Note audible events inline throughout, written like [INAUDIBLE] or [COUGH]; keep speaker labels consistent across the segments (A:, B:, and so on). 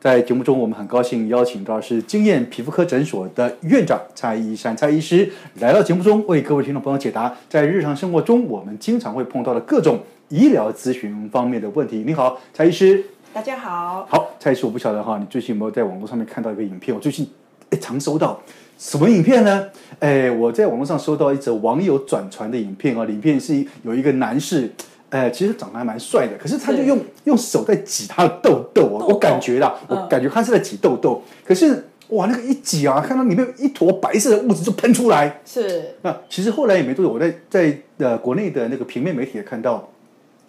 A: 在节目中，我们很高兴邀请到是经验皮肤科诊所的院长蔡依山蔡医师来到节目中，为各位听众朋友解答在日常生活中我们经常会碰到的各种医疗咨询方面的问题。你好，蔡医师。
B: 大家好。
A: 好，蔡医师，我不晓得哈，你最近有没有在网络上面看到一个影片？我最近哎常收到什么影片呢？哎，我在网络上收到一则网友转传的影片哦，里面是有一个男士。呃，其实长得还蛮帅的，可是他就用用手在挤他的痘痘啊，我感觉啦，我感觉他是在挤痘痘。可是哇，那个一挤啊，看到里面有一坨白色的物质就喷出来。
B: 是
A: 那其实后来也没多久，我在在呃国内的那个平面媒体也看到，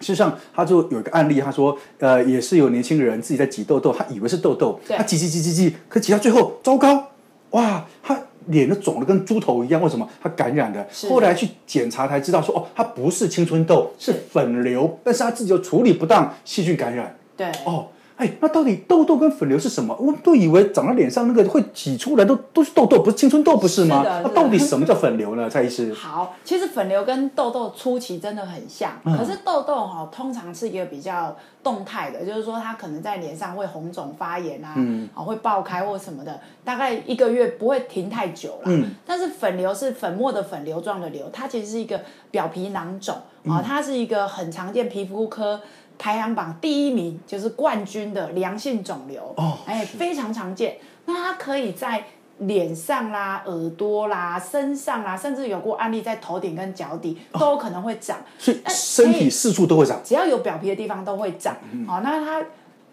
A: 事实上他就有一个案例，他说呃也是有年轻人自己在挤痘痘，他以为是痘痘，
B: 对
A: 他挤挤挤挤挤，可挤到最后，糟糕，哇，他脸都肿得跟猪头一样，为什么？他感染的。
B: 是
A: 后来去检查才知道说哦，他不是青春痘，是
B: 是
A: 粉瘤，但是他自己又处理不当，细菌感染。
B: 对，
A: 哦，哎，那到底痘痘跟粉瘤是什么？我们都以为长在脸上那个会挤出来都都是痘痘，不是青春痘，不是吗？
B: 是的
A: 那
B: 是的
A: 到底什么叫粉瘤呢？蔡医师？
B: 好，其实粉瘤跟痘痘初期真的很像，
A: 嗯
B: 可是痘痘哈、通常是一个比较动态的，就是说它可能在脸上会红肿、发炎啊，
A: 嗯
B: 哦会爆开或什么的，大概一个月不会停太久啦。
A: 嗯
B: 但是粉瘤是粉末的粉瘤状的瘤，它其实是一个表皮囊肿
A: 嗯
B: 哦，它是一个很常见皮肤科。排行榜第一名就是冠军的良性肿瘤
A: 哦
B: 哎，非常常见。那它可以在脸上啦、耳朵啦、身上啦，甚至有过案例在头顶跟脚底都有可能会长。
A: 所以
B: 哎
A: 身体四处都会长。
B: 只要有表皮的地方都会长。好、那它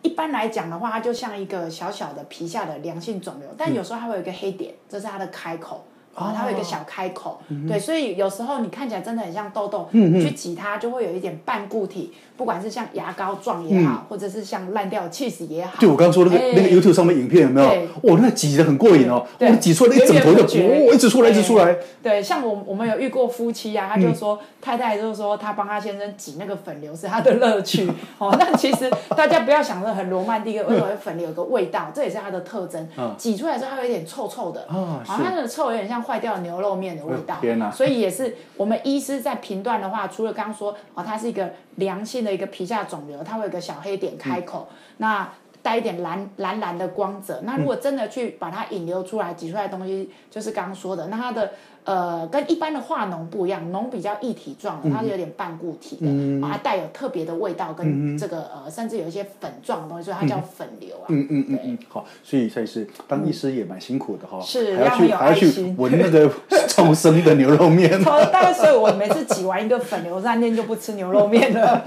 B: 一般来讲的话，它就像一个小小的皮下的良性肿瘤，但有时候它会有一个黑点，这是它的开口。啊、它会有一个小开口，对，所以有时候你看起来真的很像痘痘，你去挤它就会有一点半固体，不管是像牙膏状也好，或者是像烂掉的 cheese 也好，
A: 对，我刚刚说那个、
B: 哎
A: 那个 YouTube 上面影片有没有
B: 对？
A: 哦，那挤得很过瘾哦，
B: 对
A: 我挤出来一整头
B: 源
A: 的，
B: 源不绝
A: 哦，一直出来，一直出来。
B: 对，像我我们有遇过夫妻啊，他
A: 嗯
B: 就说、太太就是说他帮他先生挤那个粉瘤是他的乐
A: [LAUGHS]
B: 趣哦。那其实大家不要想的很罗曼蒂克，因为粉瘤有个味道，这也是它的特征。
A: 嗯
B: 挤出来之后它有一点臭臭的
A: 啊
B: 好
A: 是
B: 它的臭有点像坏掉的牛肉面的味道。
A: 哎呦天哪
B: 所以也是我们医师在评断的话，除了刚刚说哦，它是一个良性的一个皮下肿瘤，它会有一个小黑点开口，那带一点蓝蓝蓝的光泽。那如果真的去把它引流出来、挤出来的东西，就是刚刚说的，那它的呃跟一般的化脓不一样，脓比较液体状的，它是有点半固体的，哦它带有特别的味道跟这个呃，甚至有一些粉状的东西，所以它叫粉瘤啊。
A: 嗯嗯嗯嗯，好，所以蔡医师当医师也蛮辛苦的哈、
B: 是
A: 还要
B: 要很
A: 去
B: 有
A: 还要
B: 爱
A: 去
B: 心
A: 闻那个臭生的牛肉面。 [LAUGHS]
B: 超大概，所以我每次挤完一个粉瘤饭店就不吃牛肉面了。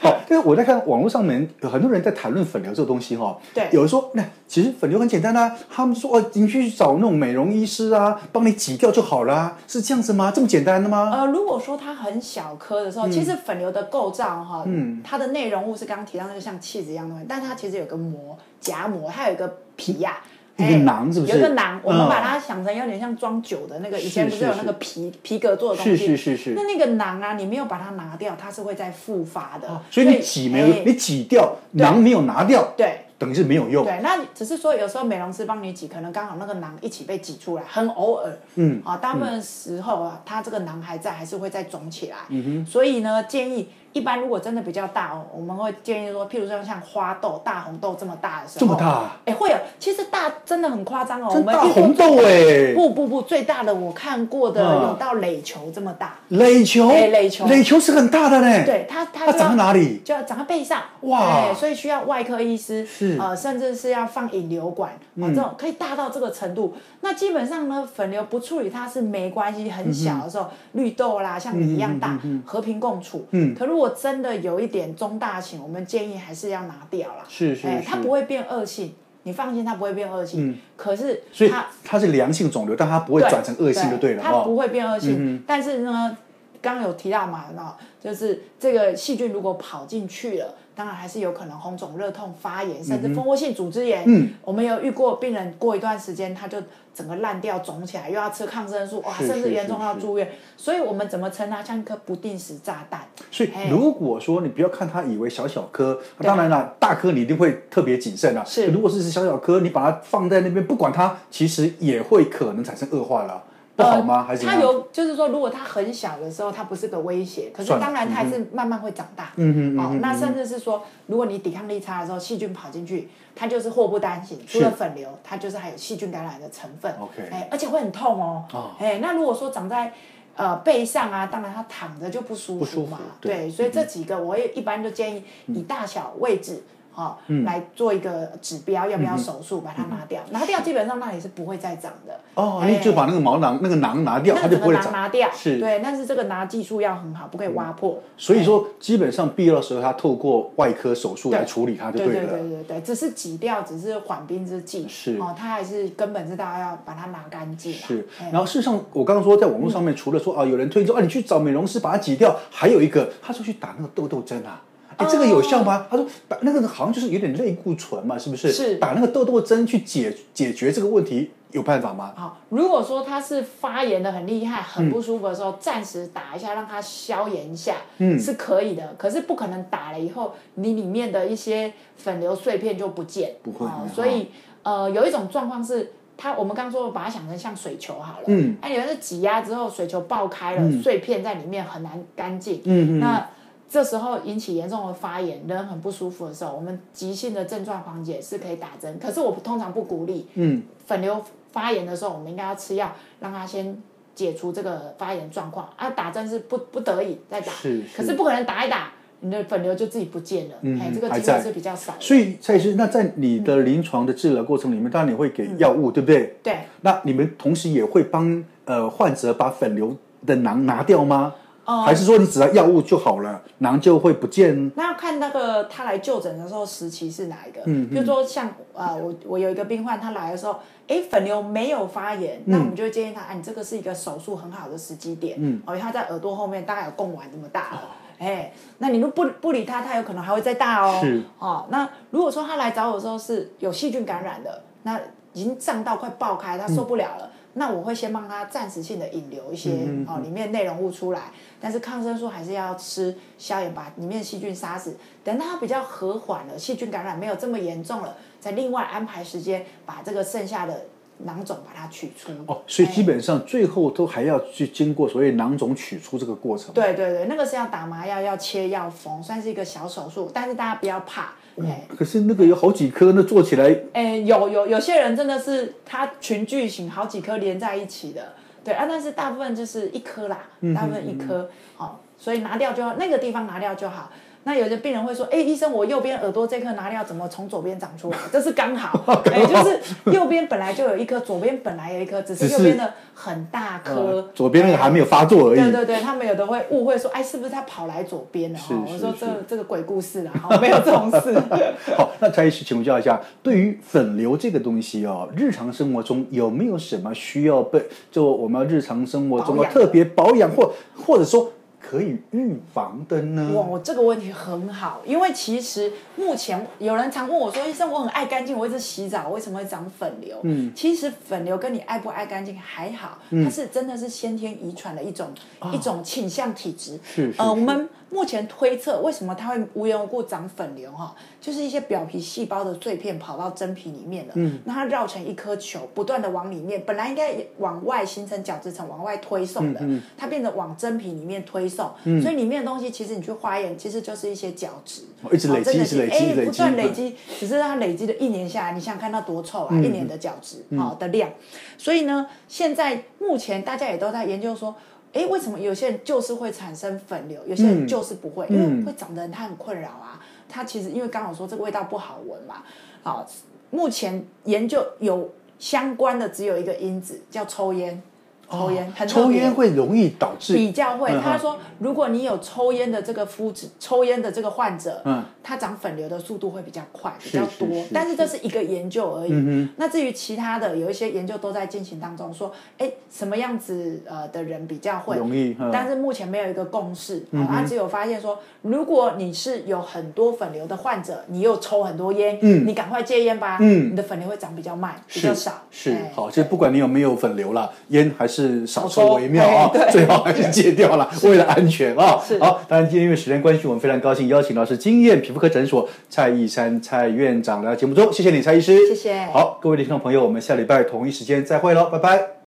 A: 好，但是我在看网络上面有很多人在谈论粉瘤这个东西哈、
B: 对
A: 有人说那其实粉瘤很简单啊，他们说哦，你去找那种美容医师啊，帮你挤掉就好啦，是这样子吗？这么简单的吗？
B: 呃，如果说它很小颗的时候，
A: 嗯
B: 其实粉瘤的构造哈，它的内容物是刚刚提到那个像气质一样的东西，但它其实有个膜夹膜，它有一个皮呀、
A: 一个
B: 哎
A: 囊是不是
B: 有一个囊，我们
A: 嗯
B: 把它想成有点像装酒的那个，以前
A: 是
B: 不是有
A: 是
B: 那个皮皮革做的东
A: 是
B: 西？
A: 是是是
B: 那。那个囊啊，你没有把它拿掉，它是会再复发的。
A: 哦所以你挤没有，
B: 哎
A: 你挤掉
B: 对
A: 囊没有拿掉，
B: 对。
A: 等于是没有用。
B: 对，那只是说有时候美容师帮你挤，可能刚好那个囊一起被挤出来，很偶尔。
A: 嗯
B: 嗯，啊，大部分时候啊，它这个囊还在，还是会再肿起来。嗯哼，所以呢，建议一般如果真的比较大哦，我们会建议说，譬如说像花豆、大红豆这么大的时候，
A: 这么大啊，
B: 哎、会有，其实大真的很夸张哦，我
A: 这
B: 们
A: 大
B: 遇过
A: 红豆哎，
B: 不不不，最大的我看过的
A: 嗯
B: 有到垒球这么大，
A: 垒球，
B: 哎垒球
A: 垒球是很大的嘞，，
B: 对它它
A: 它长
B: 就
A: 在
B: 要哎
A: 哪里？
B: 就要长在背上，
A: 哇
B: 哎所以需要外科医师，
A: 是嗯
B: 呃，甚至是要放引流管，啊、这种可以大到这个程度。那基本上呢，粉瘤不处理它是没关系，很小的时候，绿豆啦，像你一样大，和平共处。
A: 嗯
B: 可如果真的有一点中大型，我们建议还是要拿掉啦。
A: 是是
B: 哎
A: 是
B: 它不会变恶性，你放心，它不会变恶性。
A: 嗯
B: 可是
A: 所以
B: 它
A: 它是良性肿瘤，但它不会
B: 对
A: 转成恶性就对了
B: 它不
A: 哦。
B: 会变恶性，但是呢，刚刚有提到嘛，那就是这个细菌如果跑进去了，当然还是有可能红肿、热痛、发炎，甚至蜂窝性组织炎。
A: 嗯，
B: 我们有遇过病人过一段时间，他就整个烂掉、肿起来，又要吃抗生素，哇，
A: 是
B: 甚
A: 是
B: 至严重
A: 是
B: 要
A: 是
B: 住院。所以我们怎么称它像一颗不定时炸弹？
A: 所以
B: 哎
A: 如果说你不要看它以为小小颗，
B: 对
A: 当然了，大颗你一定会特别谨慎了。
B: 是
A: 如果是小小颗，你把它放在那边不管它，其实也会可能产生恶化了，不好吗？
B: 呃
A: 还是怎么
B: 它
A: 样？
B: 有，就是说，如果它很小的时候，它不是个威胁，可是
A: 算了
B: 当然它还是慢慢会长大。
A: 嗯嗯嗯
B: 哦，那甚至是说，如果你抵抗力差的时候，细菌跑进去，它就是祸不单行，除了粉瘤，它就是还有细菌感染的成分。
A: OK
B: 哎，而且会很痛哦。
A: 哦
B: 哎，那如果说长在呃背上啊，当然它躺着就不舒
A: 不舒
B: 服
A: 服
B: 嘛。
A: 对嗯
B: 对，所以这几个我也一般就建议以大小位置。哦，来做一个指标，要
A: 嗯
B: 不要手术把它拿掉？拿掉基本上那也是不会再长的。
A: 哦，
B: 哎
A: 你就把那个毛囊、那个囊拿掉，
B: 那
A: 它
B: 个
A: 就
B: 整
A: 不
B: 个
A: 会
B: 拿
A: 长。
B: 拿掉，
A: 是
B: 对，但是这个拿技术要很好，不可以挖破。
A: 所以说，基本上必要的时候，它透过外科手术来处理嗯它就
B: 哎对对
A: 了。
B: 对对对，只是挤掉，只是缓兵之计。
A: 是
B: 哦，他还是根本是大家要把它拿干净啊。
A: 是，
B: 哎
A: 然后事实上，我刚刚说在网络上面，除了说啊，有人推荐说啊，你去找美容师把它挤掉，还有一个他说去打那个痘痘针啊。哎，这个有效吗？他说打那个好像就是有点类固醇嘛，是不是？
B: 是
A: 打那个痘痘针去解解决这个问题，有办法吗？
B: 好，如果说它是发炎的很厉害、
A: 嗯
B: 很不舒服的时候，暂时打一下让它消炎一下，嗯，是可以的。可是不可能打了以后，你里面的一些粉瘤碎片就不见，
A: 不会
B: 哦
A: 嗯
B: 所以呃，有一种状况是。它我们刚说把它想成像水球好了，
A: 嗯，
B: 那有的是挤压之后水球爆开了，碎片在里面很难干净，
A: 嗯嗯
B: 那这时候引起严重的发炎，人很不舒服的时候，我们急性的症状缓解是可以打针，可是我通常不鼓励。
A: 嗯，
B: 粉瘤发炎的时候，我们应该要吃药，让它先解除这个发炎状况。啊，打针是不不得已再打，
A: 是是
B: 可是不可能打一打，你的粉瘤就自己不见了。
A: 嗯
B: 哎，这个
A: 还
B: 机会
A: 在
B: 是比较少的。
A: 所以蔡医师，那在你的临床的治疗过程里面，当然你会给药物，对不对？
B: 对，
A: 那你们同时也会帮呃患者把粉瘤的囊拿掉吗？
B: 哦
A: 还是说你只要药物就好了，囊就会不见？
B: 那要看那个他来就诊的时候时期是哪一个，嗯，比如说像呃，我我有一个病患，他来的时候，诶，粉瘤没有发炎，
A: 嗯
B: 那我们就会建议他，哎、你这个是一个手术很好的时机点，嗯，哦，因为他在耳朵后面大概有贡丸这么大
A: 哦
B: 了，哎、那你如果不不理他，他有可能还会再大哦，
A: 是，
B: 哦，那如果说他来找我的时候是有细菌感染的，那已经胀到快爆开，他受不了了。那我会先帮他暂时性的引流一些、哦，里面内容物出来，但是抗生素还是要吃消炎，把里面的细菌杀死。等到它比较和缓了，细菌感染没有这么严重了，再另外安排时间把这个剩下的囊肿把它取出。
A: 哦，所以
B: 哎
A: 基本上最后都还要去经过所谓囊肿取出这个过程。，
B: 对对对，那个是要打麻药，要切药缝，算是一个小手术，但是大家不要怕。哎
A: 可是那个有好几颗，那做起来
B: 诶，哎有有有些人真的是他群聚型，好几颗连在一起的，对啊，但是大部分就是一颗啦，
A: 嗯
B: 大部分一颗，好、所以拿掉就好，那个地方拿掉就好。那有些病人会说，哎、医生，我右边耳朵这颗拿掉，怎么从左边长
A: [LAUGHS]
B: 出来？这是刚好，哎、就是右边本来就有一颗，左边本来有一颗，只
A: 只
B: 是
A: 是
B: 右边的很大颗、
A: 呃左边那个还没有发作而
B: 对
A: 已。
B: 对对，他们有的会误会说，哎，是不是他跑来左边了？哈
A: 是
B: 我说
A: 是
B: 这
A: 是
B: 这个鬼故事啦，哈没有这种事。
A: [LAUGHS] 好，那蔡医师，请教一下，对于粉瘤这个东西哦，日常生活中有没有什么需要被就我们日常生活中
B: 保
A: 要
B: 养
A: 特别保养或或者说可以预防的呢？
B: 哇，我这个问题很好，因为其实目前有人常问我说：“医生，我很爱干净，我一直洗澡，为什么会长粉瘤？”嗯，其实粉瘤跟你爱不爱干净还好，它是真的是先天遗传的一种、一种倾向体质。
A: 是是
B: 呃，我
A: 是
B: 们目前推测为什么它会无缘无故长粉瘤哈，就是一些表皮细胞的碎片跑到真皮里面了，嗯，那它绕成一颗球，不断的往里面，本来应该往外形成角质层往外推送
A: 嗯
B: 的，它变得往真皮里面推送，所以里面的东西其实你去化验，其实就是一些角质，
A: 一直累积
B: 哦真的
A: 一直累积
B: 哎
A: 累积嗯
B: 不断累积，只是它累积了一年下来，你想想看它多臭啊，一年的角质
A: 嗯
B: 好的量，所以呢，现在目前大家也都在研究说。哎，为什么有些人就是会产生粉瘤，有些
A: 嗯
B: 人就是不会？因为会长的人他很困扰啊。他其实因为刚好说这个味道不好闻嘛，好，目前研究有相关的只有一个因子叫抽烟，抽烟、很特
A: 哦抽
B: 别
A: 烟会容易导致
B: 比较会
A: 嗯。
B: 他说，如果你有抽烟的这个肤质，抽烟的这个患者，
A: 嗯，
B: 他长粉瘤的速度会比较快，比较多
A: 是是。嗯
B: 但是这是一个研究而已。那至于其他的，有一些研究都在进行当中，说，哎，什么样子呃的人比较会
A: 容易嗯
B: 但是目前没有一个共识。好，他只有发现说，如果你是有很多粉瘤的患者，你又抽很多烟，嗯，你赶快戒烟吧，
A: 嗯
B: 你的粉瘤会长比较慢，比
A: 是
B: 较少，
A: 是
B: 哎
A: 好，就是不管你有没有粉瘤啦，烟还是少
B: 少
A: 抽
B: 抽
A: 为妙啊
B: 哎，
A: [LAUGHS]
B: 对
A: 最好还是戒掉啦， [LAUGHS] 为了安全啊
B: 是。
A: 好，当然今天因为时间关系，我们非常高兴邀请到是经验皮肤科诊所蔡义山蔡院长来到节目中，谢谢你蔡医师，
B: 谢谢
A: 好，各位听众朋友，我们下礼拜同一时间再会喽，拜拜。